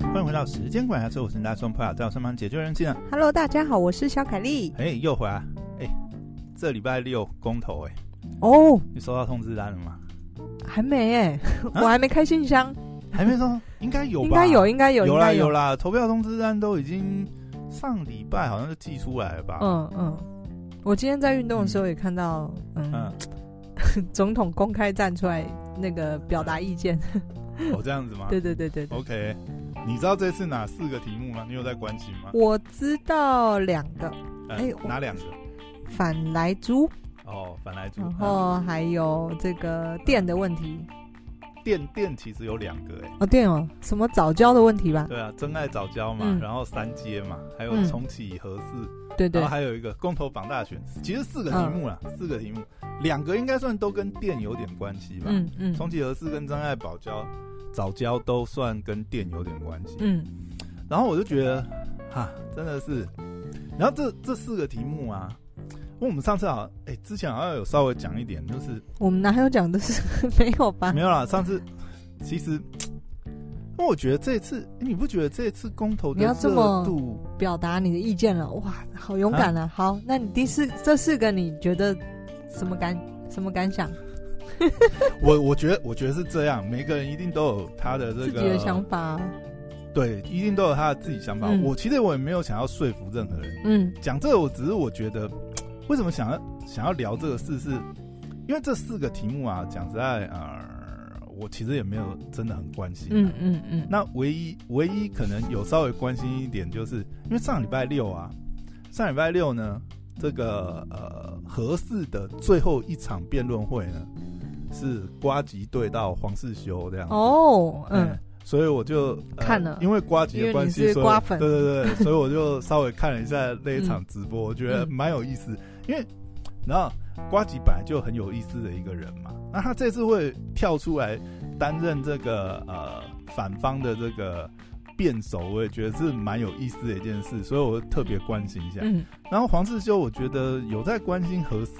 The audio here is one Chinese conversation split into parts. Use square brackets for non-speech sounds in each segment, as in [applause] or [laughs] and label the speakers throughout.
Speaker 1: 欢迎回到时间管家，是我是大双朋友，在我身旁解救人气呢。
Speaker 2: Hello，大家好，我是小凯丽。
Speaker 1: 哎，又回来，哎，这礼拜六公投，哎，
Speaker 2: 哦，
Speaker 1: 你收到通知单了吗？
Speaker 2: 还没 [laughs] 哎、
Speaker 1: 啊
Speaker 2: 我还没开信箱，
Speaker 1: 还没
Speaker 2: [laughs]
Speaker 1: 收，应该有吧？
Speaker 2: 应该有，，应该有，
Speaker 1: 有
Speaker 2: 应
Speaker 1: 啦
Speaker 2: 该
Speaker 1: 有。啦，投票通知单都已经上礼拜好像就寄出来了吧？
Speaker 2: 嗯嗯，我今天在运动的时候也看到，嗯，
Speaker 1: 嗯，
Speaker 2: [laughs] 总统公开站出来那个表达意见。
Speaker 1: 哦这样子吗？
Speaker 2: 嗯对对对对对，
Speaker 1: OK，你知道这次哪四个题目吗？你有在关心吗？
Speaker 2: 我知道两个
Speaker 1: 呃
Speaker 2: 哎我
Speaker 1: 哪两个？
Speaker 2: 反来租，
Speaker 1: 哦，反来猪。
Speaker 2: 然
Speaker 1: 嗯
Speaker 2: 后还有这个电的问题。
Speaker 1: 电电其实有两个，哎，
Speaker 2: 哦，电哦，什么早教的问题吧？
Speaker 1: 对啊，真爱早教嘛，
Speaker 2: 嗯
Speaker 1: 然后三阶嘛，还有
Speaker 2: 嗯
Speaker 1: 重启合适，
Speaker 2: 对
Speaker 1: 然
Speaker 2: 对嗯
Speaker 1: 后，还有一个公投榜大选，其实四个题目啦，四个题目，两个应该算都跟电有点关系吧。
Speaker 2: 嗯嗯
Speaker 1: 重启合适跟真爱保交早教都算跟电有点关系。
Speaker 2: 嗯
Speaker 1: 然后我就觉得，哈，真的是，然后这这四个题目啊，因为我们上次好像，哎、之前好像有稍微讲一点，就是
Speaker 2: 我们哪有讲的是 [laughs] 没有吧
Speaker 1: 没？有啦，上次其实，因为我觉得这次，你不觉得这次公投的
Speaker 2: 你要这么
Speaker 1: 热度，
Speaker 2: 表达你的意见了，哇，好勇敢啊！好，那你第四这四个你觉得什么感什么感想？
Speaker 1: 我我觉得我觉得是这样，每个人一定都有他的这
Speaker 2: 自己的想
Speaker 1: 个
Speaker 2: 法啊、
Speaker 1: 对，一定都有他的自己想法。
Speaker 2: 嗯
Speaker 1: 我其实我也没有想要说服任何人，
Speaker 2: 嗯
Speaker 1: 讲这个，我只是我觉得，为什么想要想要聊这个事是，因为这四个题目啊，讲实在，呃，我其实也没有真的很关心、啊
Speaker 2: 嗯嗯嗯，
Speaker 1: 那唯一唯一可能有稍微关心一点，就是因为上礼拜六啊，上礼拜六呢，这个呃合适的最后一场辩论会呢，是瓜吉对到黄世修这样。
Speaker 2: 哦，嗯
Speaker 1: 嗯，所以我就、呃
Speaker 2: 看了
Speaker 1: 因为瓜吉的关
Speaker 2: 因为
Speaker 1: 系，
Speaker 2: 你是
Speaker 1: 所以
Speaker 2: 瓜粉
Speaker 1: 对对
Speaker 2: [laughs]
Speaker 1: 对，所以我就稍微看了一下那一场直播，我觉得
Speaker 2: 嗯
Speaker 1: 蛮有意思，因为然后瓜吉本来就很有意思的一个人嘛，那他这次会跳出来担任这个呃反方的这个辩手，我也觉得是蛮有意思的一件事，所以我特别关心一下。
Speaker 2: 嗯
Speaker 1: 然后黄世修，我觉得有在关心合适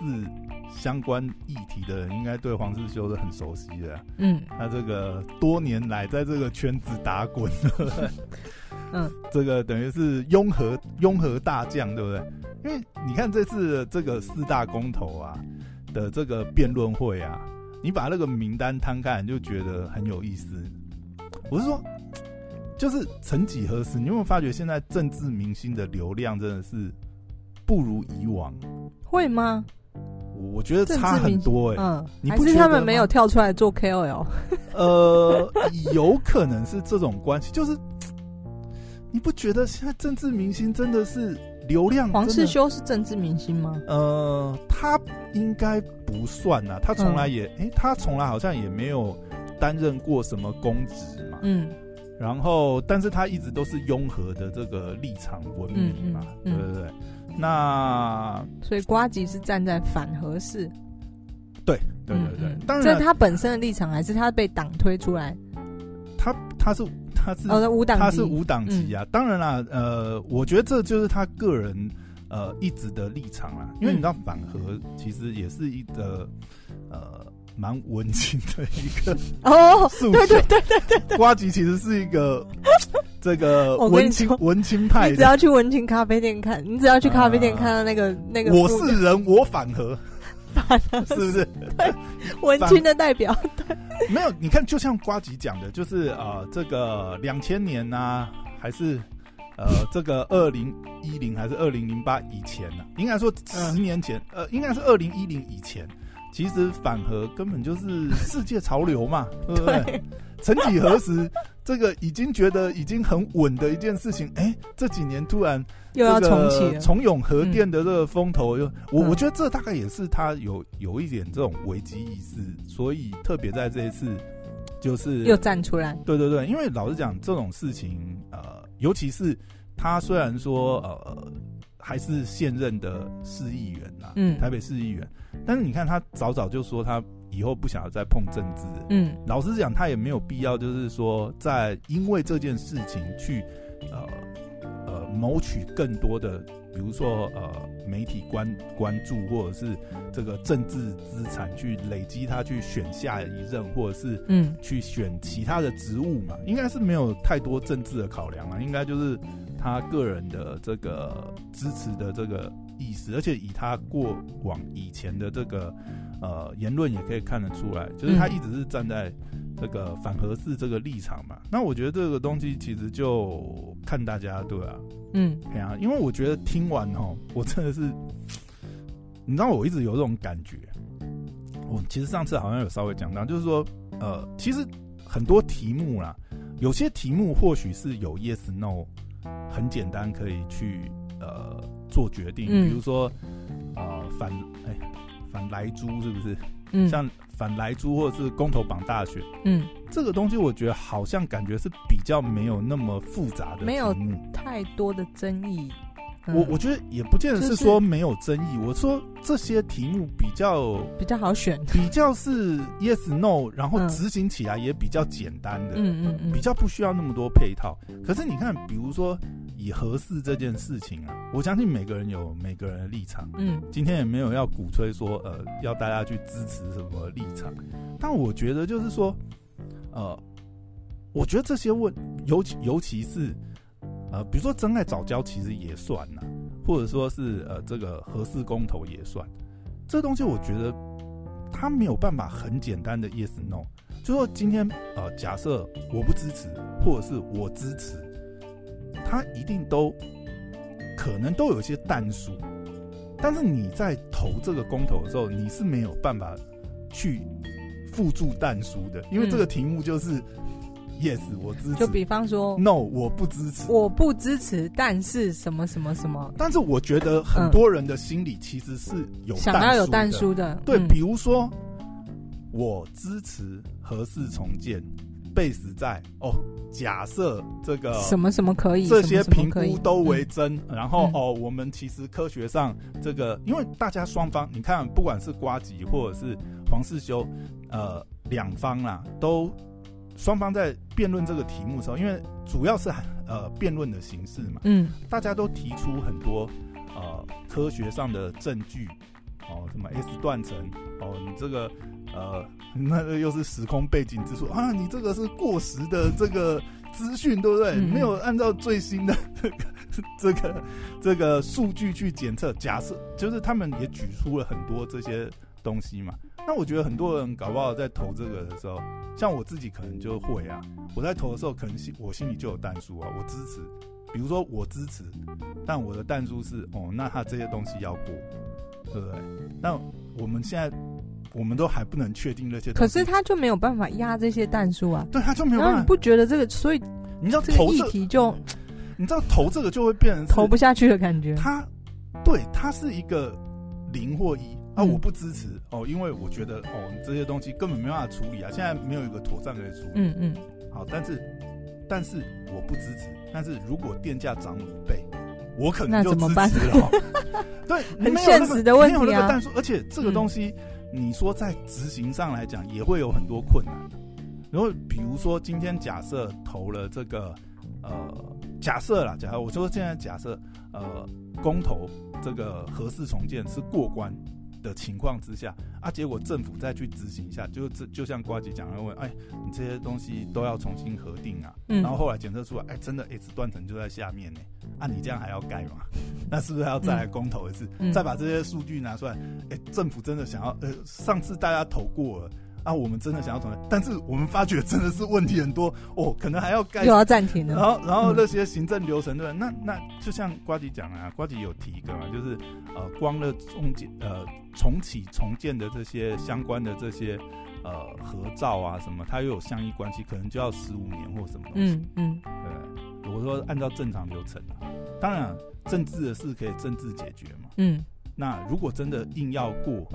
Speaker 1: 相关议题的人，应该对黄世修是很熟悉的啊、
Speaker 2: 嗯
Speaker 1: 他这个多年来在这个圈子打滚，
Speaker 2: 嗯，
Speaker 1: 这个等于是雍和雍和大将，对不对？因为你看这次的这个四大公投啊的这个辩论会啊，你把那个名单摊开，你就觉得很有意思。我是说，就是曾几何时，你有没有发觉现在政治明星的流量真的是不如以往？
Speaker 2: 会吗？
Speaker 1: 我我觉得差很多哎、
Speaker 2: 嗯，
Speaker 1: 你
Speaker 2: 还
Speaker 1: 不
Speaker 2: 是
Speaker 1: 觉
Speaker 2: 他
Speaker 1: 得
Speaker 2: 们没
Speaker 1: 吗哎
Speaker 2: 有跳出来做 KOL？
Speaker 1: 呃，有可能是这种关系，就是你不觉得现在政治明星真的是流量
Speaker 2: 黄
Speaker 1: 真
Speaker 2: 世
Speaker 1: 的？
Speaker 2: 修是政治明星吗？
Speaker 1: 呃，他应该不算呐、他从来也，
Speaker 2: 嗯
Speaker 1: 诶，他从来好像也没有担任过什么公职嘛。
Speaker 2: 嗯
Speaker 1: 然后，但是他一直都是雍和的这个立场闻名嘛，
Speaker 2: 嗯嗯嗯
Speaker 1: 对不对？那
Speaker 2: 所以瓜吉是站在反合适，
Speaker 1: 对对对，
Speaker 2: 嗯嗯
Speaker 1: 当
Speaker 2: 这是
Speaker 1: 然
Speaker 2: 他本身的立场，还是他被党推出来？
Speaker 1: 他他是他是
Speaker 2: 哦，那无党
Speaker 1: 他
Speaker 2: 籍
Speaker 1: 是无党籍
Speaker 2: 嗯
Speaker 1: 啊。当然啦，呃，我觉得这就是他个人呃一直的立场啦。
Speaker 2: 嗯
Speaker 1: 因为你知道反核其实也是一个呃蛮文青的一个
Speaker 2: 哦，
Speaker 1: 诉求。
Speaker 2: [laughs] 对对对，
Speaker 1: 瓜吉其实是一个这个
Speaker 2: [laughs] 我跟
Speaker 1: 文
Speaker 2: 你
Speaker 1: 青
Speaker 2: 说
Speaker 1: 文青派
Speaker 2: 你只
Speaker 1: 的。
Speaker 2: 要去文青咖啡店看，你只要去咖啡店
Speaker 1: 啊
Speaker 2: 看到那个那个
Speaker 1: 我
Speaker 2: 副
Speaker 1: 是人，我反核，
Speaker 2: 反而
Speaker 1: 是不是？
Speaker 2: 文青的代表。
Speaker 1: 没有，你看，就像瓜吉讲的，就是呃，这个两千年呐、还是呃，这个二零一零还是二零零八以前呢、应该说十年前，呃，应该是二零一零以前。其实反核根本就是世界潮流嘛，对不 [laughs] 对？
Speaker 2: 对，
Speaker 1: 曾几何时，这个已经觉得已经很稳的一件事情，哎，这几年突然
Speaker 2: 又要
Speaker 1: 这
Speaker 2: 重
Speaker 1: 个
Speaker 2: 启了。
Speaker 1: 重永核电的这个风头，又、我
Speaker 2: 嗯
Speaker 1: 我觉得这大概也是他有有一点这种危机意识，所以特别在这一次，就是
Speaker 2: 又站出来，
Speaker 1: 对对对，因为老实讲这种事情，呃，尤其是他虽然说呃还是现任的市议员啦、
Speaker 2: 嗯
Speaker 1: 台北市议员，但是你看他早早就说他以后不想要再碰政治了，
Speaker 2: 嗯
Speaker 1: 老实讲，他也没有必要，就是说在因为这件事情去呃呃谋取更多的，比如说呃媒体关关注，或者是这个政治资产去累积它去选下一任，或者是
Speaker 2: 嗯
Speaker 1: 去选其他的职务嘛，应该是没有太多政治的考量啊，应该就是他个人的这个支持的这个意识，而且以他过往以前的这个呃言论也可以看得出来，就是他一直是站在这个反核式这个立场嘛。那我觉得这个东西其实就看大家对啊，
Speaker 2: 嗯
Speaker 1: 哎呀、因为我觉得听完哦，我真的是，你知道我一直有这种感觉。我其实上次好像有稍微讲到，就是说，呃，其实很多题目啦，有些题目或许是有 yes no，很简单可以去呃做决定，
Speaker 2: 嗯
Speaker 1: 比如说呃反哎、反莱猪是不是？
Speaker 2: 嗯
Speaker 1: 像反莱猪或者是公投绑大选
Speaker 2: 嗯，
Speaker 1: 这个东西，我觉得好像感觉是比较没有那么复杂的题目，
Speaker 2: 没有太多的争议。嗯
Speaker 1: 我我觉得也不见得
Speaker 2: 就是是
Speaker 1: 说没有争议，我说这些题目比较
Speaker 2: 比较好选。
Speaker 1: 比较是 yes no，然后
Speaker 2: 嗯
Speaker 1: 执行起来也比较简单的，
Speaker 2: 嗯嗯嗯，
Speaker 1: 比较不需要那么多配套。可是你看，比如说以合适这件事情啊，我相信每个人有每个人的立场，
Speaker 2: 嗯
Speaker 1: 今天也没有要鼓吹说呃要大家去支持什么立场，但我觉得就是说，呃，我觉得这些问，尤其尤其是呃，比如说真爱早教其实也算呐、或者说是呃这个合适公投也算，这东西我觉得他没有办法很简单的 yes no，就说今天呃假设我不支持，或者是我支持，他一定都可能都有一些淡数。但是你在投这个公投的时候，你是没有办法去付诸淡书的，因为
Speaker 2: 嗯
Speaker 1: 这个题目就是、yes 我支
Speaker 2: 就
Speaker 1: 持
Speaker 2: 比方说，
Speaker 1: ，no 我不支持。
Speaker 2: 我不支持，但是什么什么什么，
Speaker 1: 但是我觉得很多人的心里其实是有
Speaker 2: 想
Speaker 1: 淡
Speaker 2: 要有
Speaker 1: 书
Speaker 2: 淡
Speaker 1: 的
Speaker 2: 书的，
Speaker 1: 对，
Speaker 2: 嗯
Speaker 1: 比如说我支持核适重建，base 在哦，假设这个
Speaker 2: 什么什么可以，
Speaker 1: 呃这些
Speaker 2: 什么什
Speaker 1: 评
Speaker 2: 么可以
Speaker 1: 估都为真，然后
Speaker 2: 嗯
Speaker 1: 哦，我们其实科学上这个，因为大家双方，你看不管是瓜吉或者是黄世修，呃，两方啦，都双方在辩论这个题目的时候，因为主要是呃辩论的形式嘛，
Speaker 2: 嗯
Speaker 1: 大家都提出很多呃科学上的证据，哦，什么 S 断层，哦，你这个呃， [laughs] 那个又是时空背景之说啊，你这个是过时的这个资讯，对不对？
Speaker 2: 嗯
Speaker 1: 没有按照最新的 [laughs] 这个这个数据去检测，假设就是他们也举出了很多这些东西嘛。那我觉得很多人搞不好在投这个的时候，像我自己可能就会啊，我在投的时候，可能心我心里就有淡书啊，我支持。比如说我支持，但我的淡书是哦，那他这些东西要过，对不对？那我们现在我们都还不能确定那些
Speaker 2: 可
Speaker 1: 东西，
Speaker 2: 是他就没有办法压这些淡书啊。
Speaker 1: 对他就没有
Speaker 2: 然后
Speaker 1: 办
Speaker 2: 你
Speaker 1: 法。
Speaker 2: 不觉得这个，所以
Speaker 1: 你知道
Speaker 2: 这个
Speaker 1: 投
Speaker 2: 议
Speaker 1: 这，
Speaker 2: 题就
Speaker 1: 你知道投这个就会变成是
Speaker 2: 投不下去的感觉。
Speaker 1: 他对他是一个零或一啊，
Speaker 2: 嗯
Speaker 1: 我不支持哦，因为我觉得哦这些东西根本没办法处理啊，现在没有一个妥善可以处理。
Speaker 2: 嗯嗯
Speaker 1: 好，但是但是我不支持，但是如果电价涨五倍，我可能
Speaker 2: 那
Speaker 1: 就
Speaker 2: 怎么
Speaker 1: 支
Speaker 2: 办
Speaker 1: 持了哦。
Speaker 2: [laughs]
Speaker 1: 对，
Speaker 2: 很
Speaker 1: 没有
Speaker 2: 现
Speaker 1: 那个
Speaker 2: 实的问
Speaker 1: 没有
Speaker 2: 题
Speaker 1: 那个
Speaker 2: 啊
Speaker 1: 但是而且这个东西，你说在执行上来讲也会有很多困难。然后比如说今天假设投了这个呃假设啦，假设我说现在假设呃公投这个核适重建是过关的情况之下啊，结果政府再去执行一下，就这就像瓜姐讲的问，哎，你这些东西都要重新核定啊，
Speaker 2: 嗯，
Speaker 1: 然后后来检测出来，哎，真的 S 断层就在下面呢，啊，你这样还要盖吗？ [laughs] 那是不是还要再来公投一次，
Speaker 2: 嗯
Speaker 1: 再把这些数据拿出来？哎，政府真的想要，呃，上次大家投过了。啊，我们真的想要重来，但是我们发觉真的是问题很多哦，可能还要盖
Speaker 2: 又要暂停
Speaker 1: 然
Speaker 2: 了。
Speaker 1: 后，然后
Speaker 2: 嗯
Speaker 1: 那些行政流程对吧？那那就像瓜吉讲啊，瓜吉有提一个嘛，就是呃，光了重建呃重启重建的这些相关的这些呃合照啊什么，它又有相依关系，可能就要十五年或什么东西。
Speaker 2: 嗯嗯，
Speaker 1: 对，我说按照正常流程啊，当然啊政治的事可以政治解决嘛。
Speaker 2: 嗯， [laughs]
Speaker 1: 那如果真的硬要过，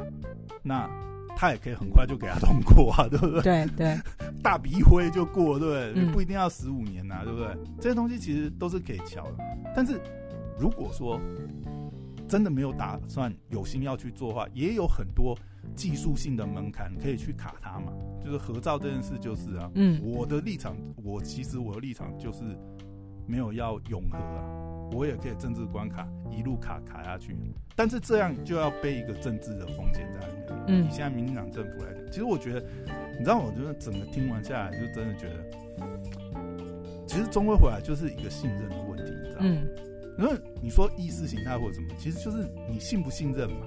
Speaker 1: 那他也可以很快就给他通过啊，对 [laughs] 不对？
Speaker 2: 对对，
Speaker 1: 大笔一挥就过，对不对？
Speaker 2: 嗯
Speaker 1: 不一定要十五年呐、对不对？这些东西其实都是可以瞧的。但是如果说真的没有打算有心要去做的话，也有很多技术性的门槛可以去卡它嘛。就是合照这件事就是啊，
Speaker 2: 嗯
Speaker 1: 我的立场，我其实我的立场就是没有要永和啊，我也可以政治关卡一路卡卡下去。但是这样就要背一个政治的风险在里面。以
Speaker 2: 嗯
Speaker 1: 现在民进党政府来讲，其实我觉得，你知道，我觉得整个听完下来，就真的觉得，其实终归回来就是一个信任的问题，你知道吗？
Speaker 2: 嗯
Speaker 1: 因为你说意识形态或者什么，其实就是你信不信任嘛，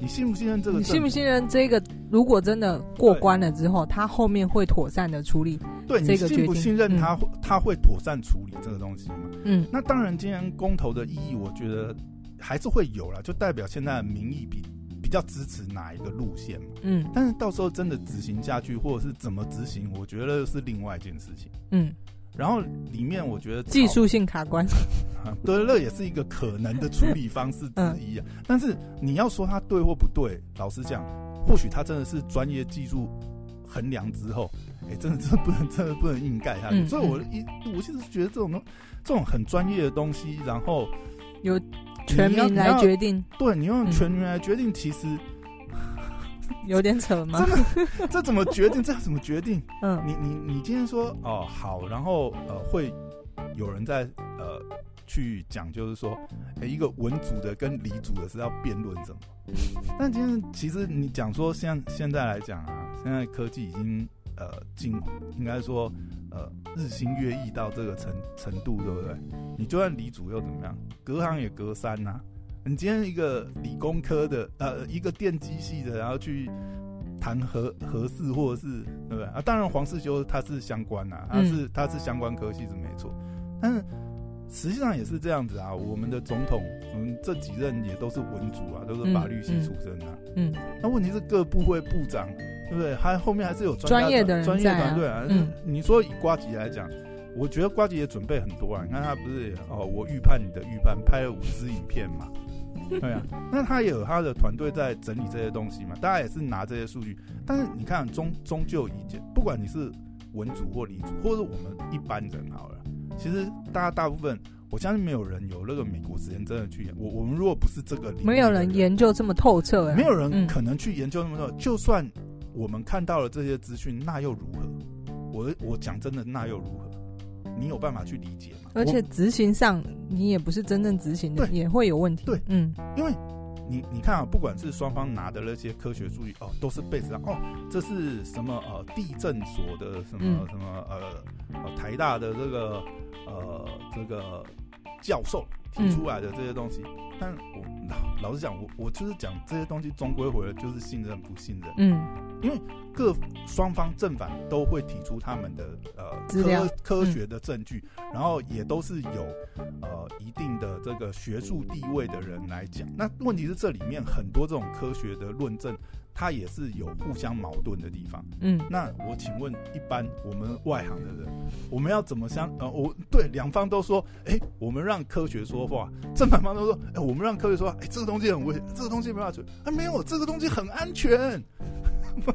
Speaker 1: 你信不信任这个
Speaker 2: 你
Speaker 1: 政府？
Speaker 2: 信不信任这个？如果真的过关了之后，他后面会妥善的处理。
Speaker 1: 对你
Speaker 2: 这个
Speaker 1: 信不
Speaker 2: 决定
Speaker 1: 信任他，他会妥善处理这个东西嘛？
Speaker 2: 嗯
Speaker 1: 那当然，今天公投的意义，我觉得还是会有啦，就代表现在的民意比比较支持哪一个路线嘛。
Speaker 2: 嗯
Speaker 1: 但是到时候真的执行下去，或者是怎么执行，我觉得是另外一件事情。
Speaker 2: 嗯，
Speaker 1: 然后里面我觉得
Speaker 2: 技术性卡关。 [laughs]
Speaker 1: 啊对，那也是一个可能的处理方式之一
Speaker 2: 嗯
Speaker 1: 啊。但是你要说它对或不对，老实讲，或许它真的是专业技术衡量之后，哎、真的真的不能真的不能硬盖下去。
Speaker 2: 嗯
Speaker 1: 所以我一我其实觉得这种东这种很专业的东西，然后
Speaker 2: 由
Speaker 1: 你要
Speaker 2: 全民来
Speaker 1: 你要
Speaker 2: 决定，
Speaker 1: 对你用
Speaker 2: 嗯
Speaker 1: 全民来决定，其实
Speaker 2: 有点扯吗？
Speaker 1: 这怎么决定？这怎么决定？
Speaker 2: 嗯
Speaker 1: 你你你今天说哦好，然后呃会有人在呃去讲，就是说、诶一个文组的跟理组的是要辩论什么？但今天其实你讲说现现在来讲啊，现在科技已经呃进应该说呃日新月异到这个程程度，对不对？你就算理组又怎么样？隔行也隔山呐、你今天一个理工科的，呃，一个电机系的，然后去谈合合适或者是对不对啊？当然黄世修他是相关啊，他
Speaker 2: 嗯
Speaker 1: 是、他是相关科系是没错，但是实际上也是这样子啊。我们的总统，我们这几任也都是文主啊，都是法律系
Speaker 2: 嗯嗯
Speaker 1: 出身啊。
Speaker 2: 嗯
Speaker 1: 那问题是各部会部长，对不对？还后面还是有专家
Speaker 2: 专业的人
Speaker 1: 专业
Speaker 2: 在啊
Speaker 1: 团队啊。
Speaker 2: 嗯
Speaker 1: 你说以瓜吉来讲，我觉得瓜吉也准备很多啊。你看他不是也哦，我预判你的预判，拍了五支影片嘛。对啊，那他也有他的团队在整理这些东西嘛，大家也是拿这些数据。但是你看，终终究意见，不管你是文组或理组，或者我们一般人好了，其实大家大部分，我相信没有人有那个美国时间真的去演。我我们如果不是这个领域的，啊
Speaker 2: 没有人研究这么透彻、啊，
Speaker 1: 没有人
Speaker 2: 嗯
Speaker 1: 可能去研究那么多。就算我们看到了这些资讯，那又如何？我我讲真的，那又如何？你有办法去理解吗？
Speaker 2: 而且执行上你也不是真正执行的，
Speaker 1: 对
Speaker 2: 也会有问题。
Speaker 1: 对
Speaker 2: 嗯
Speaker 1: 我，因为你你看啊，不管是双方拿的那些科学数据，哦，都是被子上哦，这是什么呃地震所的什么、
Speaker 2: 嗯
Speaker 1: 什么呃呃台大的这个呃这个教授提出来的这些东西。
Speaker 2: 嗯
Speaker 1: 但我老老实讲，我我就是讲这些东西，终归回来就是信任不信任。
Speaker 2: 嗯
Speaker 1: 各双方正反都会提出他们的呃
Speaker 2: 资料嗯
Speaker 1: 科科学的证据，然后也都是有呃一定的这个学术地位的人来讲。那问题是这里面很多这种科学的论证，它也是有互相矛盾的地方。
Speaker 2: 嗯，
Speaker 1: 那我请问，一般我们外行的人，我们要怎么相呃，我对两方都说，哎、我们让科学说话，正反方都说，哎、我们让科学说话，哎、这个东西很危险，这个东西没办法处理，啊，没有，这个东西很安全。 [laughs]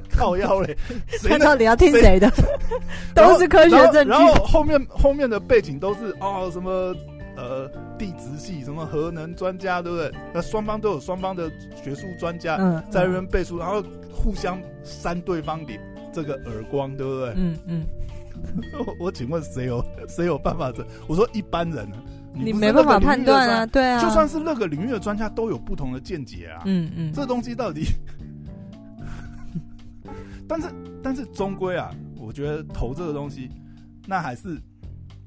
Speaker 1: 靠腰
Speaker 2: [laughs]
Speaker 1: 嘞，谁
Speaker 2: 他
Speaker 1: 能
Speaker 2: 到底要听谁的？ [laughs] 都是科学证据
Speaker 1: 然。后然后后面后面的背景都是哦什么呃地质系什么核能专家，对不对？那双方都有双方的学术专家
Speaker 2: 嗯，
Speaker 1: 在那边背书，然后互相扇对方脸这个耳光，对不对？
Speaker 2: 嗯嗯，
Speaker 1: 我 [laughs] 我请问谁有谁有办法这？我说一般人啊，
Speaker 2: 你
Speaker 1: 不是
Speaker 2: 没办法
Speaker 1: 那个领
Speaker 2: 判
Speaker 1: 域的专
Speaker 2: 断啊，对啊，
Speaker 1: 就算是那个领域的专家都有不同的见解啊。
Speaker 2: 嗯嗯，
Speaker 1: 这东西到底？ [laughs] 但是但是终归啊，我觉得投这个东西，那还是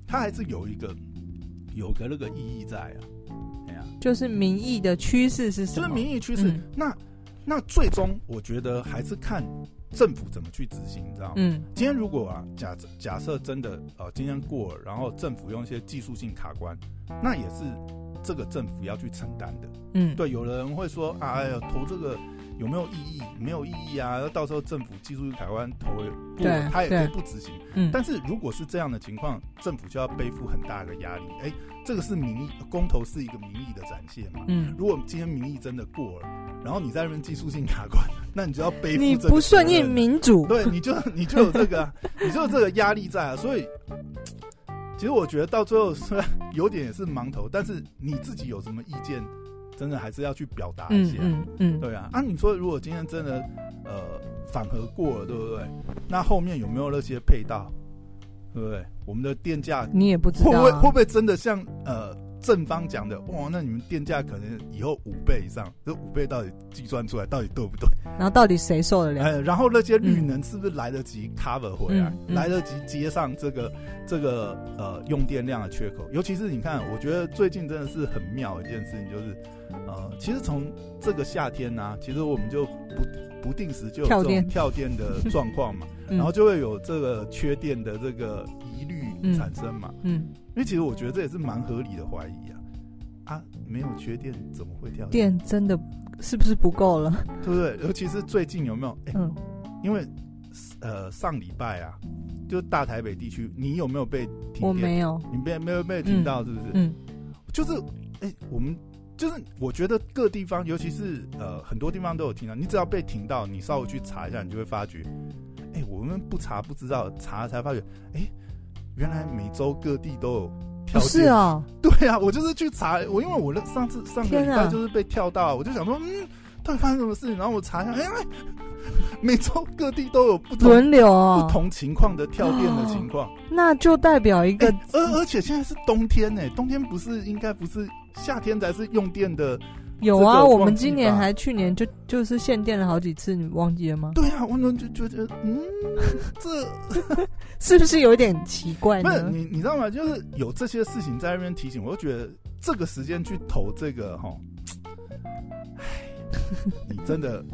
Speaker 1: 它还是有一个有个那个意义在啊。哎呀、
Speaker 2: 就是民意的趋势是什
Speaker 1: 就是
Speaker 2: 么？
Speaker 1: 民意趋势。
Speaker 2: 嗯
Speaker 1: 那那最终我觉得还是看政府怎么去执行，你知道吗？
Speaker 2: 嗯
Speaker 1: 今天如果啊，假假设真的呃，今天过了，然后政府用一些技术性卡关，那也是这个政府要去承担的。
Speaker 2: 嗯，
Speaker 1: 对，有的人会说，啊哎呀，投这个有没有意义？没有意义啊！到时候政府技术台湾投也不
Speaker 2: 对，
Speaker 1: 他也可以
Speaker 2: 对
Speaker 1: 不执行。
Speaker 2: 嗯，
Speaker 1: 但是如果是这样的情况，政府就要背负很大的压力。哎，这个是民意，公投是一个民意的展现嘛。
Speaker 2: 嗯，
Speaker 1: 如果今天民意真的过了，然后你在那边技术性卡关，那你就要背负
Speaker 2: 你
Speaker 1: 这个
Speaker 2: 不顺
Speaker 1: 责
Speaker 2: 应
Speaker 1: 任
Speaker 2: 民 [laughs] 主，
Speaker 1: 对，你就你就有这个 [laughs] 啊、你就有这个压力在啊，所以。其实我觉得到最后虽然有点也是盲头，但是你自己有什么意见，真的还是要去表达一
Speaker 2: 嗯
Speaker 1: 些啊、
Speaker 2: 嗯嗯，
Speaker 1: 对啊，啊，你说如果今天真的呃反核过了，对不对？那后面有没有那些配套，对不对？我们的电价
Speaker 2: 你也不知
Speaker 1: 会不
Speaker 2: 道
Speaker 1: 会会
Speaker 2: 啊
Speaker 1: 不，会真的像呃正方讲的，哇，那你们电价可能以后五倍以上，这五倍到底计算出来到底对不对？
Speaker 2: 然后到底谁受得了？嗯
Speaker 1: 哎，然后那些绿能是不是来得及 cover 回来，
Speaker 2: 嗯嗯
Speaker 1: 来得及接上这个这个呃用电量的缺口？尤其是你看，我觉得最近真的是很妙的一件事情，就是呃，其实从这个夏天呢、其实我们就不不定时就有
Speaker 2: 跳
Speaker 1: 这种
Speaker 2: 电
Speaker 1: 跳电的状况嘛，
Speaker 2: [laughs] 嗯
Speaker 1: 然后就会有这个缺电的这个疑虑
Speaker 2: 嗯
Speaker 1: 产生嘛。
Speaker 2: 嗯，
Speaker 1: 因为其实我觉得这也是蛮合理的怀疑啊。啊，没有缺电怎么会跳电？
Speaker 2: 电真的是不是不够了？
Speaker 1: 对不对？尤其是最近有没有？哎、
Speaker 2: 嗯，
Speaker 1: 因为呃上礼拜啊，就大台北地区，你有没有被停
Speaker 2: 我
Speaker 1: 电？
Speaker 2: 没有。
Speaker 1: 你被没有被听到是不是？
Speaker 2: 嗯
Speaker 1: 就是哎、我们就是我觉得各地方，尤其是呃很多地方都有听到，你只要被停到，你稍微去查一下，你就会发觉，哎、我们不查不知道，查了才发觉，哎、原来每周各地都有跳
Speaker 2: 不
Speaker 1: 电。
Speaker 2: 是哦，
Speaker 1: [laughs] 对啊，我就是去查，我因为我那上次上个礼
Speaker 2: 天
Speaker 1: 拜
Speaker 2: 啊
Speaker 1: 就是被跳到，我就想说，嗯，到底发生什么事情？然后我查一下，哎、 [laughs] 每周各地都有不同
Speaker 2: 轮流
Speaker 1: 不
Speaker 2: 哦，
Speaker 1: 同情况的跳电的情况。
Speaker 2: 那就代表一
Speaker 1: 哎
Speaker 2: 个
Speaker 1: 而、而且现在是冬天呢、冬天不是应该不是夏天才是用电的？
Speaker 2: 有
Speaker 1: 这
Speaker 2: 啊，
Speaker 1: 个我
Speaker 2: 我
Speaker 1: 忘
Speaker 2: 们
Speaker 1: 记
Speaker 2: 今年
Speaker 1: 吧
Speaker 2: 还去年就就是限电了好几次，你忘记了吗？
Speaker 1: 对啊，我们就觉得，嗯，这
Speaker 2: 是不是有点奇怪
Speaker 1: 不是
Speaker 2: 呢？
Speaker 1: 你你知道吗？就是有这些事情在那边提醒，我就觉得这个时间去投这个哈，唉，你真的，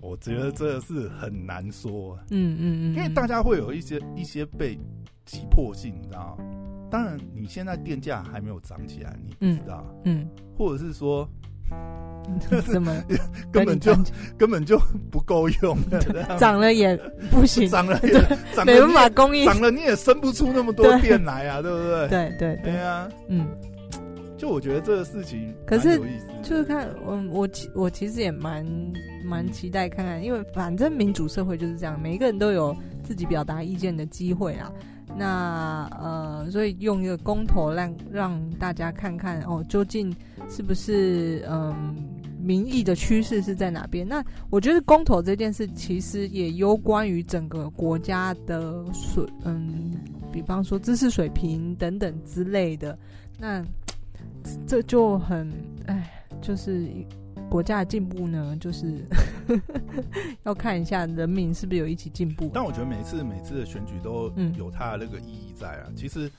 Speaker 1: 我觉得这是很难说、啊
Speaker 2: 嗯嗯嗯，
Speaker 1: 因为
Speaker 2: 嗯
Speaker 1: 大家会有一些一些被急迫性，你知道吗？当然，你现在电价还没有涨起来，你不知道，
Speaker 2: 嗯， [laughs]
Speaker 1: 或者是说
Speaker 2: 怎么
Speaker 1: [laughs] 根本就
Speaker 2: 跟你
Speaker 1: [laughs] 根本就不够用，这样
Speaker 2: 讲 [laughs] 涨了也不行，
Speaker 1: 涨了也涨了啊
Speaker 2: 没
Speaker 1: 你
Speaker 2: 办
Speaker 1: 也
Speaker 2: 法供应。
Speaker 1: 涨了你也生不出那么多
Speaker 2: 对
Speaker 1: 电来啊，对不对？
Speaker 2: 对对
Speaker 1: 对
Speaker 2: 对，
Speaker 1: 啊，
Speaker 2: 嗯，
Speaker 1: 就我觉得这个事情
Speaker 2: 可是
Speaker 1: 蛮有意思的
Speaker 2: 就是看我我其我其实也蛮蛮期待看看，因为反正民主社会就是这样，每一个人都有自己表达意见的机会啦。那呃，所以用一个公投让让大家看看哦，究竟是不是嗯民意的趋势是在哪边？那我觉得公投这件事其实也攸关于整个国家的水嗯，比方说知识水平等等之类的。那这就很哎，就是国家的进步呢，就是 [laughs] 要看一下人民是不是有一起进步。
Speaker 1: 但我觉得每次每次的选举都
Speaker 2: 嗯
Speaker 1: 有它的那个意义在啊。其实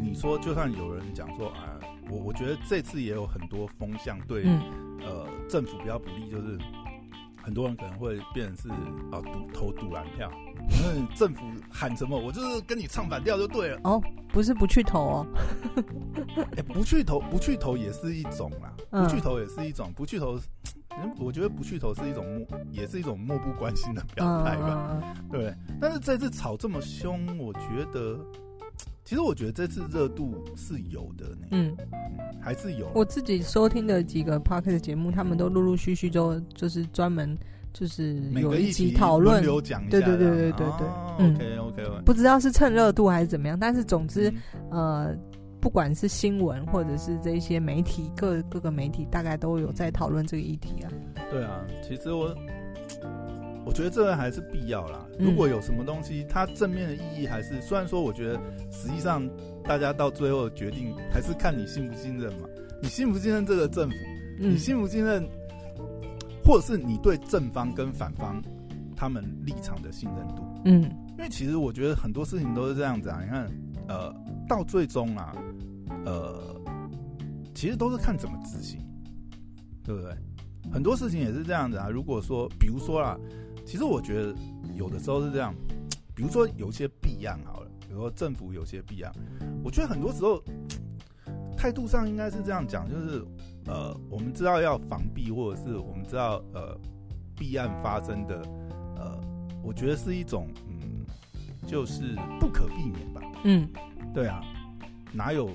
Speaker 1: 你说，就算有人讲说啊，我我觉得这次也有很多风向对、
Speaker 2: 嗯
Speaker 1: 呃政府比较不利，就是很多人可能会变成是啊赌投赌蓝票，嗯，政府喊什么我就是跟你唱反调就对了，
Speaker 2: 不是不去投哦，
Speaker 1: 哎、不去投不去投也是一种啦，
Speaker 2: 嗯
Speaker 1: 不去投也是一种，不去投。嗯我觉得不去投是一种漠，也是一种漠不关心的表态吧。
Speaker 2: 嗯嗯
Speaker 1: 对，但是这次吵这么凶，我觉得，其实我觉得这次热度是有的呢，
Speaker 2: 嗯，嗯
Speaker 1: 嗯还是有。
Speaker 2: 我自己收听的几个 p o d c a s t 节目，他们都陆陆续续都就是专门就是
Speaker 1: 每
Speaker 2: 有
Speaker 1: 个
Speaker 2: 一
Speaker 1: 集
Speaker 2: 集讨论
Speaker 1: 轮，流讲一下
Speaker 2: 对
Speaker 1: 这样，啊
Speaker 2: 对对对对对嗯
Speaker 1: OK OK，
Speaker 2: 不知道是趁热度还是怎么样，但是总之、
Speaker 1: 嗯
Speaker 2: 呃，不管是新闻或者是这一些媒体各各个媒体，大概都有在讨论这个议题啊。
Speaker 1: 对啊，其实我我觉得这个还是必要啦。
Speaker 2: 嗯
Speaker 1: 如果有什么东西，它正面的意义还是，虽然说我觉得实际上大家到最后决定还是看你信不信任嘛，你信不信任这个政府，你
Speaker 2: 嗯
Speaker 1: 信不信任，或者是你对正方跟反方他们立场的信任度？
Speaker 2: 嗯
Speaker 1: 因为其实我觉得很多事情都是这样子啊。你看，呃，到最终啊，呃，其实都是看怎么执行，对不对？很多事情也是这样子啊。如果说，比如说啦，其实我觉得有的时候是这样，比如说有一些弊案好了，比如说政府有些弊案，我觉得很多时候态度上应该是这样讲，就是呃，我们知道要防弊，或者是我们知道呃弊案发生的，呃，我觉得是一种嗯，就是不可避免吧。
Speaker 2: 嗯，
Speaker 1: 对啊，哪有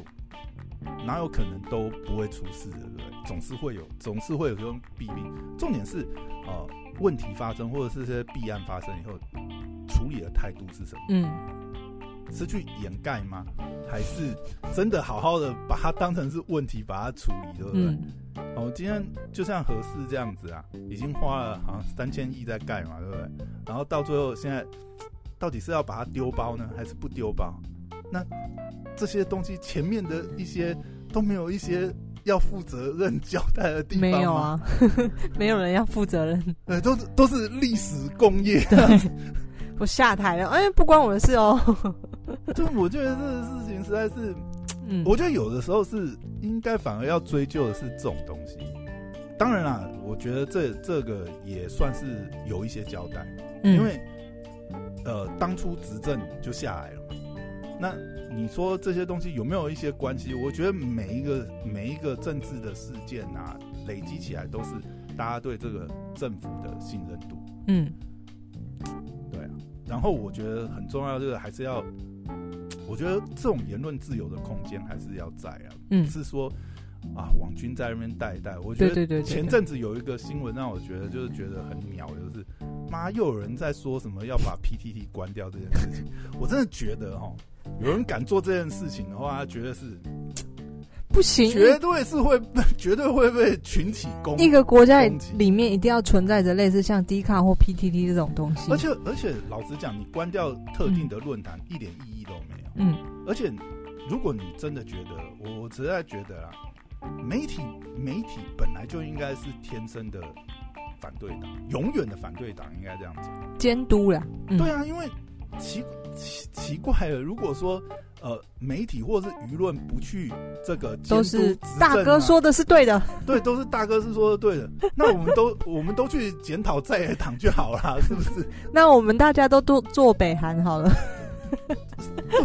Speaker 1: 哪有可能都不会出事的，对不对？总是会有，总是会有这种弊病。重点是，呃，问题发生或者是这些弊案发生以后，处理的态度是什么？
Speaker 2: 嗯，
Speaker 1: 是去掩盖吗？还是真的好好的把它当成是问题，把它处理，对不对？
Speaker 2: 嗯，
Speaker 1: 哦，今天就像合适这样子啊，已经花了好像三千亿在盖嘛，对不对？然后到最后现在，到底是要把它丢包呢，还是不丢包？那这些东西前面的一些都没有一些要负责任交代的地方
Speaker 2: 没
Speaker 1: 吗
Speaker 2: 有，啊， [laughs] 没有人要负责任。
Speaker 1: 对，都是都是历史工
Speaker 2: [laughs]
Speaker 1: 业。
Speaker 2: 我下台了，哎，不关我的
Speaker 1: [laughs]
Speaker 2: 事哦。
Speaker 1: 就我觉得这个事情实在是，
Speaker 2: 嗯，
Speaker 1: 我觉得有的时候是应该反而要追究的是这种东西。当然啦，我觉得这这个也算是有一些交代，
Speaker 2: 嗯
Speaker 1: 因为呃，当初执政就下来了嘛。那你说这些东西有没有一些关系？我觉得每一个每一个政治的事件啊，累积起来都是大家对这个政府的信任度。啊
Speaker 2: 嗯
Speaker 1: 然后我觉得很重要，就是还是要，我觉得这种言论自由的空间还是要在啊，
Speaker 2: 嗯，
Speaker 1: 是说啊，网军在那边带一带。我觉
Speaker 2: 对
Speaker 1: 得
Speaker 2: 对对，对
Speaker 1: 前阵子有一个新闻让我觉得就是觉得很鸟，就是妈又有人在说什么要把 PTT 关掉这件事
Speaker 2: [laughs]
Speaker 1: 情，我真的觉得哈，有人敢做这件事情的话，他绝对是
Speaker 2: 不行，
Speaker 1: 绝对是会 [laughs] 被绝对会被群起攻
Speaker 2: 一个国家
Speaker 1: 攻击
Speaker 2: 里面一定要存在着类似像 D 卡或 PTT 这种东西
Speaker 1: 而。且而且，老实讲，你关掉特定的论坛，一点意义都没有。
Speaker 2: 嗯，
Speaker 1: 而且如果你真的觉得，我我实在觉得啦，媒体媒体本来就应该是天生的反对党，永远的反对党，应该这样讲。
Speaker 2: 监督啦，嗯
Speaker 1: 对啊，因为奇奇奇怪了，如果说呃媒体或是舆论不去这个监督
Speaker 2: 都是
Speaker 1: 执
Speaker 2: 大
Speaker 1: 政
Speaker 2: 哥
Speaker 1: 啊
Speaker 2: 说的是对的。
Speaker 1: 对，都是大哥是说的对的，那我们都我们都去检讨在野党就好
Speaker 2: [laughs]
Speaker 1: 啦，是不是？
Speaker 2: 那我们大家都做做北韩好了。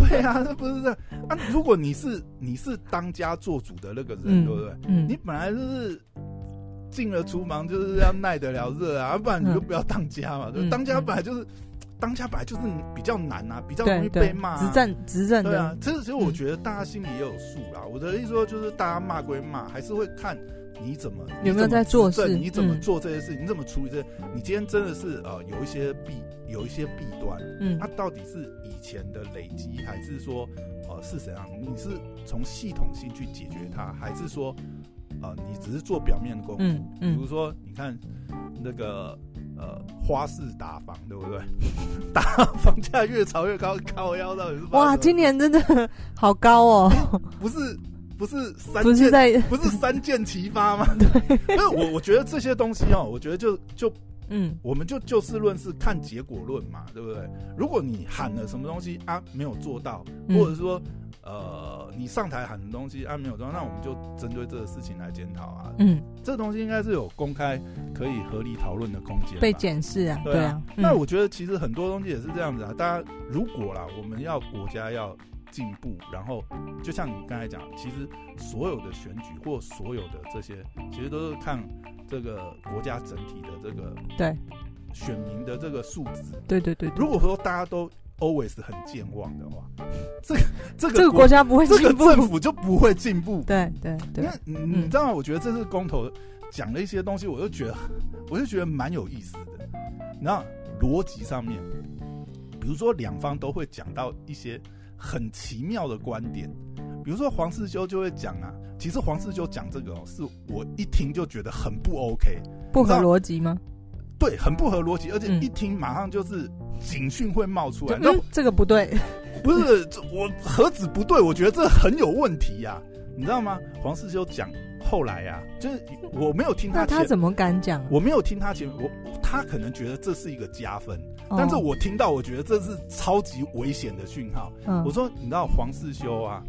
Speaker 1: 对啊，那不是这样啊？如果你是你是当家做主的那个人，
Speaker 2: 嗯
Speaker 1: 对不对？
Speaker 2: 嗯
Speaker 1: 你本来就是进了厨房就是要耐得了热啊，不然你就不要当家嘛。对吧
Speaker 2: 嗯
Speaker 1: 当家本来就是当家本来就是比较难啊，比较容
Speaker 2: 对
Speaker 1: 易被
Speaker 2: 对
Speaker 1: 骂、，啊。
Speaker 2: 执政执政
Speaker 1: 对
Speaker 2: 的
Speaker 1: 啊，这其实我觉得大家心里也有数啦。我的意思说，就是大家骂归骂，还是会看你怎么
Speaker 2: 有没有在做事
Speaker 1: 你怎么执政你怎么
Speaker 2: 嗯
Speaker 1: 做这些事，你怎么处理这些你今天真的是呃有一些弊，有一些弊端。
Speaker 2: 嗯
Speaker 1: 它到底是以前的累积，还是说呃是怎样？你是从系统性去解决它，还是说呃你只是做表面的功夫？
Speaker 2: 嗯
Speaker 1: 比如
Speaker 2: 嗯，
Speaker 1: 说你看那个呃花式打房，对不对？ [laughs] 打房价越炒越高，靠腰到底是发
Speaker 2: 哇，
Speaker 1: 生什
Speaker 2: 今年真的好高哦，
Speaker 1: 么不是不是三
Speaker 2: [laughs] 不是
Speaker 1: 箭
Speaker 2: 在
Speaker 1: 不是三箭齐发
Speaker 2: [laughs]
Speaker 1: 吗？对，那我我觉得这些东西哦，我觉得就就
Speaker 2: 嗯
Speaker 1: 我们就就事论事，看结果论嘛，对不对？如果你喊了什么东西啊没有做到，
Speaker 2: 嗯
Speaker 1: 或者说呃你上台喊的东西啊没有做到，那我们就针对这个事情来检讨啊。
Speaker 2: 嗯
Speaker 1: 这东西应该是有公开可以合理讨论的空间。
Speaker 2: 被。检视啊，
Speaker 1: 对啊
Speaker 2: 对啊。嗯
Speaker 1: 那我觉得其实很多东西也是这样子啊，大家如果啦，我们要国家要进步，然后就像你刚才讲，其实所有的选举或所有的这些，其实都是看这个国家整体的这个
Speaker 2: 对
Speaker 1: 选民的这个素质。
Speaker 2: 对对对，对
Speaker 1: 如果说大家都 always 很健忘的话，这个这个
Speaker 2: 这个国家不会
Speaker 1: 这个
Speaker 2: 进步，
Speaker 1: 政府就不会进步。
Speaker 2: 对对
Speaker 1: 因
Speaker 2: [laughs] 对啊嗯
Speaker 1: 为，你你知道吗？我觉得这次公投讲了一些东西，我就觉得 [laughs] 我就觉得蛮有意思的。你知道逻辑上面，比如说两方都会讲到一些很奇妙的观点，比如说黄世修就会讲啊，其实黄世修讲这个哦，是我一听就觉得很不 OK，
Speaker 2: 不
Speaker 1: 你知
Speaker 2: 合
Speaker 1: 道
Speaker 2: 逻辑吗？
Speaker 1: 对，很不合逻辑，而且
Speaker 2: 嗯
Speaker 1: 一听马上就是警讯会冒出
Speaker 2: 就
Speaker 1: 来，那
Speaker 2: 嗯，这个不对，
Speaker 1: 不是，这我何止不对，我觉得这很有问题呀、你知道吗？黄世修讲后来呀、就是我没有听
Speaker 2: 那
Speaker 1: 他前，
Speaker 2: 他怎么敢讲？
Speaker 1: 我没有听他前，我我他可能觉得这是一个加分，
Speaker 2: 哦
Speaker 1: 但是我听到我觉得这是超级危险的讯号。
Speaker 2: 嗯
Speaker 1: 我说，你知道黄世修啊，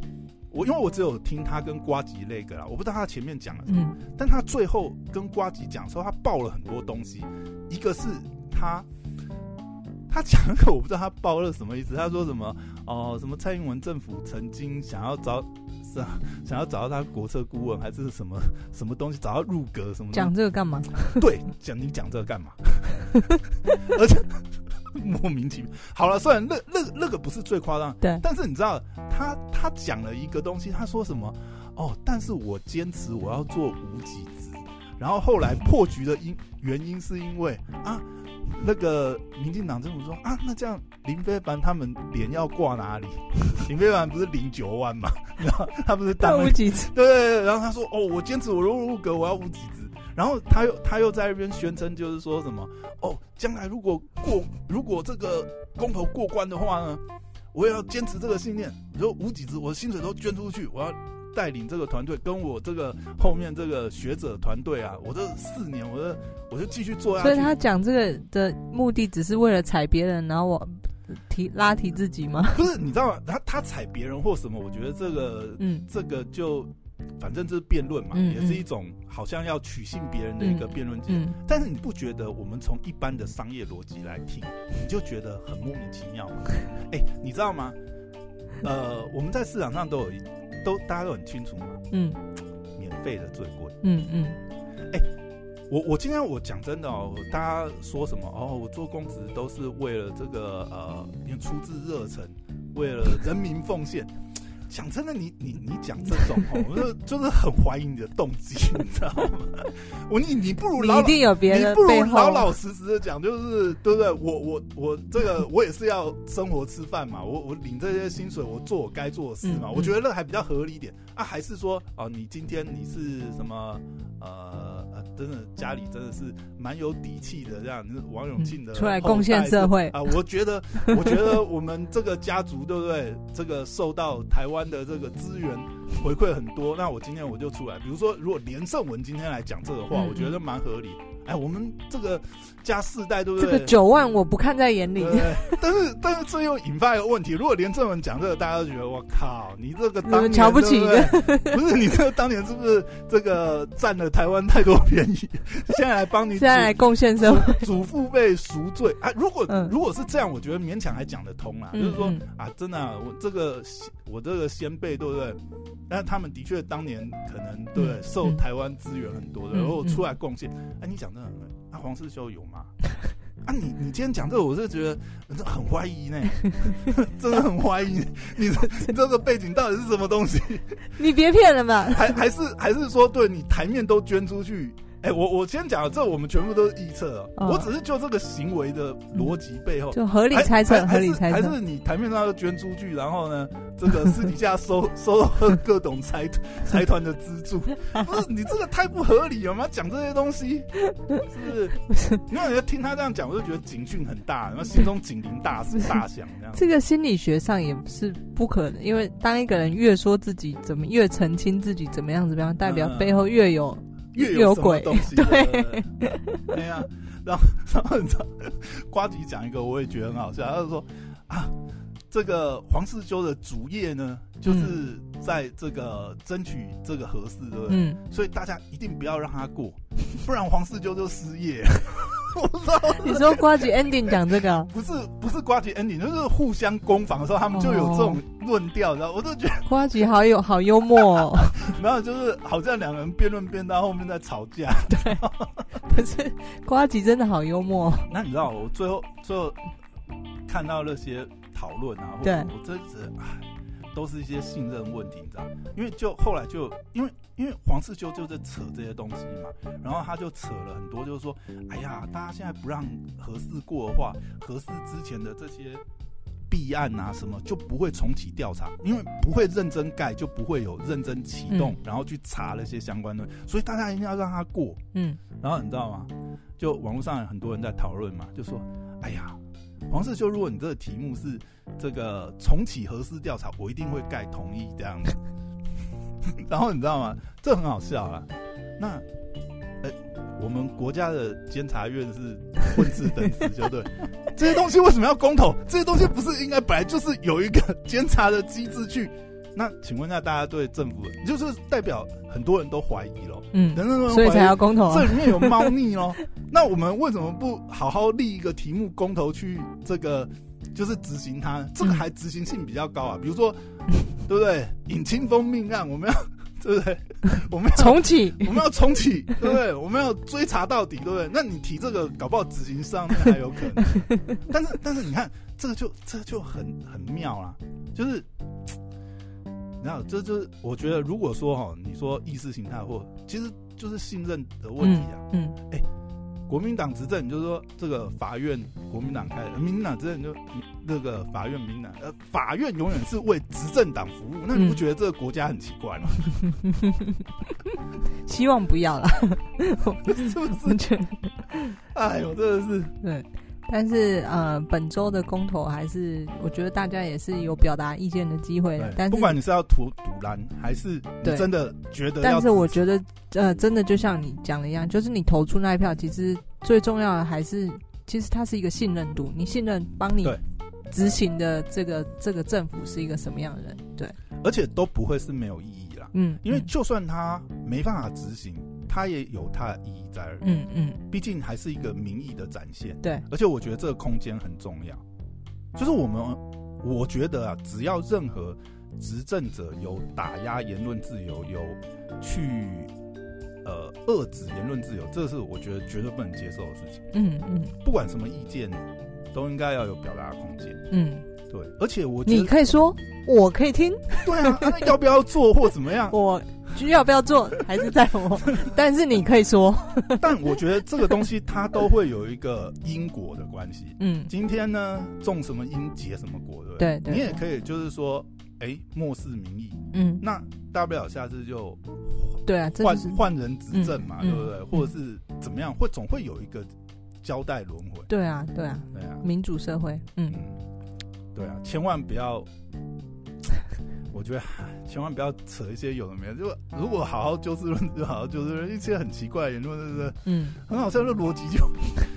Speaker 1: 我因为我只有听他跟瓜吉那个啦，我不知道他前面讲了什么，
Speaker 2: 嗯
Speaker 1: 但他最后跟瓜吉讲的时候，他爆了很多东西，一个是他。他讲那个我不知道他爆了什么意思，他说什么哦、什么蔡英文政府曾经想要找是啊想要找到他国策顾问还是什么什么东西找他入阁什么东西
Speaker 2: 讲这个干嘛？
Speaker 1: 对，讲你讲这个干嘛？ [laughs] 而且莫名其妙。好了，算了，那那那个不是最夸张。
Speaker 2: 对
Speaker 1: 但是你知道，他他讲了一个东西，他说什么？哦，但是我坚持我要做无己职。然后后来破局的因原因是因为啊，那个民进党政府说啊，那这样林非凡他们脸要挂哪里？ [laughs] 林非凡不是领九万嘛， [laughs] 然后他不是当那
Speaker 2: 无
Speaker 1: 个
Speaker 2: 几次，
Speaker 1: 对对对，然后他说：“哦，我坚持我如入阁，我要无几子。”然后他又他又在那边宣称，就是说什么：“哦，将来如果过如果这个公投过关的话呢，我也要坚持这个信念。你说无几子，我的薪水都捐出去，我要带领这个团队，跟我这个后面这个学者团队啊，我这四年，我这 [laughs] 我就继续做下啊去。
Speaker 2: 所以他讲这个的目的只是为了踩别人，然后我提拉提自己吗？
Speaker 1: 不是，你知道吗？他他踩别人或什么，我觉得这个
Speaker 2: 嗯
Speaker 1: 这个就反正这是辩论嘛，
Speaker 2: 嗯嗯
Speaker 1: 也是一种好像要取信别人的一个辩论节目。
Speaker 2: 嗯，
Speaker 1: 但是你不觉得我们从一般的商业逻辑来听，你就觉得很莫名其妙吗？哎、你知道吗？呃，我们在市场上都有一都大家都很清楚嘛，
Speaker 2: 嗯
Speaker 1: 免费的最贵。
Speaker 2: 嗯嗯
Speaker 1: 我我今天我讲真的哦，大家说什么哦？我做公职都是为了这个呃，因为出自热忱，为了人民奉献。讲真的，你你你讲这种哦，我就就是很怀疑你的动机，你知道吗？ [laughs] 我你你不如
Speaker 2: 你
Speaker 1: 老
Speaker 2: 一
Speaker 1: 老
Speaker 2: 定有别
Speaker 1: 你
Speaker 2: 的
Speaker 1: 不
Speaker 2: 背
Speaker 1: 如
Speaker 2: 后嗯
Speaker 1: 老老实实的讲，就是对不对？我我我这个我也是要生活吃饭嘛，我我领这些薪水，我做我该做的事嘛，
Speaker 2: 嗯
Speaker 1: 我觉得那还比较合理一点啊。还是说哦、你今天你是什么呃呃，真的家里真的是蛮有底气的，这样你是王永庆的、
Speaker 2: 嗯出来贡献社会
Speaker 1: 啊、我觉得我觉得我们这个家族对不对？这个受到台湾的这个资源回馈很多，那我今天我就出来。比如说，如果连胜文今天来讲这个话，
Speaker 2: 嗯
Speaker 1: 我觉得蛮合理。哎，我们这个加世代，对不
Speaker 2: 这
Speaker 1: 对？
Speaker 2: 个九万我不看在眼里
Speaker 1: 对，但是但是这又引发一个问题：如果连正文讲这个，大家都觉得我靠，你这个当年
Speaker 2: 你们瞧不起
Speaker 1: 对不
Speaker 2: [laughs]
Speaker 1: 对不是你这个当年是不是这个占了台湾太多便宜？现在来帮你
Speaker 2: [laughs] 现在来贡献社会，
Speaker 1: 祖祖父辈赎罪啊！如果、
Speaker 2: 嗯
Speaker 1: 如果是这样，我觉得勉强还讲得通啦。
Speaker 2: 嗯
Speaker 1: 就是说
Speaker 2: 嗯
Speaker 1: 啊，真的啊、我这个我这个先辈，对不对？但他们的确当年可能对不对
Speaker 2: 嗯
Speaker 1: 受
Speaker 2: 嗯
Speaker 1: 台湾资源很多的，
Speaker 2: 嗯
Speaker 1: 然后
Speaker 2: 嗯
Speaker 1: 出来贡献。哎、你讲真的很对，啊，黄世修有吗？啊你，你今天讲这个，我是觉得真的很怀疑呢， [laughs] 真的很怀疑你这你这个背景到底是什么东西？
Speaker 2: 你别骗
Speaker 1: [laughs]
Speaker 2: 人吧。
Speaker 1: 还还是还是说，对你台面都捐出去？哎、我我先讲，这我们全部都是臆测啊，
Speaker 2: 嗯
Speaker 1: 我只是就这个行为的逻辑背后，
Speaker 2: 就合理
Speaker 1: 还
Speaker 2: 猜测，
Speaker 1: 还
Speaker 2: 合理猜
Speaker 1: 还是还
Speaker 2: 测，
Speaker 1: 是你台面上要捐出去，然后呢，这个私底下收 [laughs] 收各种财财团的资助，不是你这个太不合理了吗？讲这些东西是不是？没有人听他这样讲，我就觉得警讯很大，然后心中警铃大大响这样。
Speaker 2: 这个心理学上也是不可能，因为当一个人越说自己怎么越澄清自己怎么样怎么样，代表
Speaker 1: 嗯
Speaker 2: 背后越有
Speaker 1: 越
Speaker 2: 有
Speaker 1: 什么
Speaker 2: 鬼
Speaker 1: 东西，
Speaker 2: [laughs] 对
Speaker 1: 对对对呀、然后 [laughs] 然后你知道，瓜吉讲一个我也觉得很好笑，他就说啊，这个黄世修的主业呢，就是在这个争取这个合适，对不对？
Speaker 2: 嗯，
Speaker 1: 所以大家一定不要让他过，不然黄世修就失业。 [laughs] 我不知道
Speaker 2: 你说瓜吉 ending 讲这个啊，
Speaker 1: 不是不是瓜吉 ending，就是互相攻防的时候，他们就有这
Speaker 2: 哦
Speaker 1: 种论调，然后我就觉得。
Speaker 2: 瓜吉好有好幽默、哦，
Speaker 1: 然后就是好像两个人辩论辩到后面在吵架。
Speaker 2: 可是瓜吉真的好幽默、哦，
Speaker 1: 那你知道我最后最后看到那些讨论啊，或
Speaker 2: 对
Speaker 1: 我真是唉，都是一些信任问题，你知道？因为就后来就因为因为黄世修就在扯这些东西嘛，然后他就扯了很多，就是说，哎呀，大家现在不让合适过的话，合适之前的这些。弊案啊，什么就不会重启调查，因为不会认真盖，就不会有认真启动，然后去查那些相关的，所以大家一定要让它过。
Speaker 2: 嗯，
Speaker 1: 然后你知道吗？就网络上很多人在讨论嘛，就说：“哎呀，黄世修，如果你这个题目是这个重启核适调查，我一定会盖同意这样子。” [laughs] 然后你知道吗？这很好笑啦。那，呃，我们国家的监察院是混吃等死，就
Speaker 2: [laughs]
Speaker 1: 对。这些东西为什么要公投？这些东西不是应该本来就是有一个监察的机制去？那请问一下，大家对政府，就是代表很多人都怀疑咯。
Speaker 2: 嗯，
Speaker 1: 等等，
Speaker 2: 所以才要公投
Speaker 1: 这
Speaker 2: 啊，
Speaker 1: 里面有猫腻哦。 [laughs] 那我们为什么不好好立一个题目公投去这个就是执行它？这个还执行性比较高啊，比如说，对不对？尹清风命案，我们要对不对？我们要
Speaker 2: 重启，
Speaker 1: [laughs] 我们要重启，对不对？我们要追查到底，对不对？那你提这个，搞不好执行上面还有可能。
Speaker 2: [laughs]
Speaker 1: 但是但是你看，这个就这个就很很妙啦，就是。然后这就是我觉得，如果说哈、哦，你说意识形态或其实就是信任的问题啊，
Speaker 2: 嗯
Speaker 1: 国民党执政，你就说这个法院国民党开的，民进党执政你就那个法院民进党，呃，法院永远是为执政党服务，那你不
Speaker 2: 嗯
Speaker 1: 觉得这个国家很奇怪吗？ [laughs]
Speaker 2: 嗯，希望不要啦，
Speaker 1: 是不
Speaker 2: 我
Speaker 1: 是？
Speaker 2: 觉得
Speaker 1: 哎呦，真的是，
Speaker 2: 对。但是呃，本周的公投还是我觉得大家也是有表达意见的机会的，但
Speaker 1: 对，
Speaker 2: 是
Speaker 1: 不管你是要涂堵蓝，还是你
Speaker 2: 对
Speaker 1: 真的觉得要，
Speaker 2: 但是我觉得呃，真的就像你讲的一样，就是你投出那一票，其实最重要的还是，其实它是一个信任度，你信任帮你
Speaker 1: 对
Speaker 2: 执行的这个这个政府是一个什么样的人？对，
Speaker 1: 而且都不会是没有意义啦。
Speaker 2: 嗯，
Speaker 1: 因为
Speaker 2: 嗯
Speaker 1: 就算他没办法执行，他也有他的意义在而已。
Speaker 2: 嗯嗯，
Speaker 1: 毕竟还是一个民意的展现。
Speaker 2: 对，
Speaker 1: 而且我觉得这个空间很重要，就是我们，我觉得啊，只要任何执政者有打压言论自由，有去呃遏制言论自由，这是我觉得绝对不能接受的事情。
Speaker 2: 嗯嗯
Speaker 1: 不管什么意见，都应该要有表达的空间。
Speaker 2: 嗯，
Speaker 1: 对，而且我觉
Speaker 2: 你
Speaker 1: 得，
Speaker 2: 可以说，我可以听，
Speaker 1: [laughs] 对啊，啊那要不要做或怎么样？
Speaker 2: [laughs] 我要不要做还是在我， [laughs] 但是你可以说，
Speaker 1: 但我觉得这个东西它都会有一个因果的关系。
Speaker 2: 嗯，
Speaker 1: [laughs] 今天呢，种什么因结什么果，对不
Speaker 2: 对对
Speaker 1: 你也可以就是说，哎、漠视民意，
Speaker 2: 嗯，
Speaker 1: 那大不了下次就
Speaker 2: 对啊，这
Speaker 1: 换
Speaker 2: 就是
Speaker 1: 换人执政嘛，
Speaker 2: 嗯
Speaker 1: 对不对？
Speaker 2: 嗯
Speaker 1: 或者是怎么样，会总会有一个交代轮回，
Speaker 2: 对啊，对啊，
Speaker 1: 对啊，
Speaker 2: 民主社会，嗯，
Speaker 1: 嗯，对啊，千万不要。 [laughs] 我觉得千万不要扯一些有的没的，就如果好好就事论事，就好好就事论事，一些很奇怪的言论，对不对？
Speaker 2: 嗯，
Speaker 1: 很好笑，这逻辑就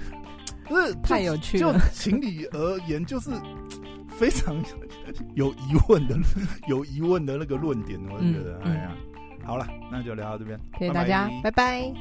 Speaker 1: [laughs] 不是就
Speaker 2: 太有趣
Speaker 1: 就
Speaker 2: 了，
Speaker 1: 情理而言，就是非常有疑问的、有疑问的那个论点，我就觉得，
Speaker 2: 嗯嗯
Speaker 1: 哎呀，好了，那就聊到这边，
Speaker 2: 谢谢
Speaker 1: 拜
Speaker 2: 大
Speaker 1: 拜
Speaker 2: 家，拜拜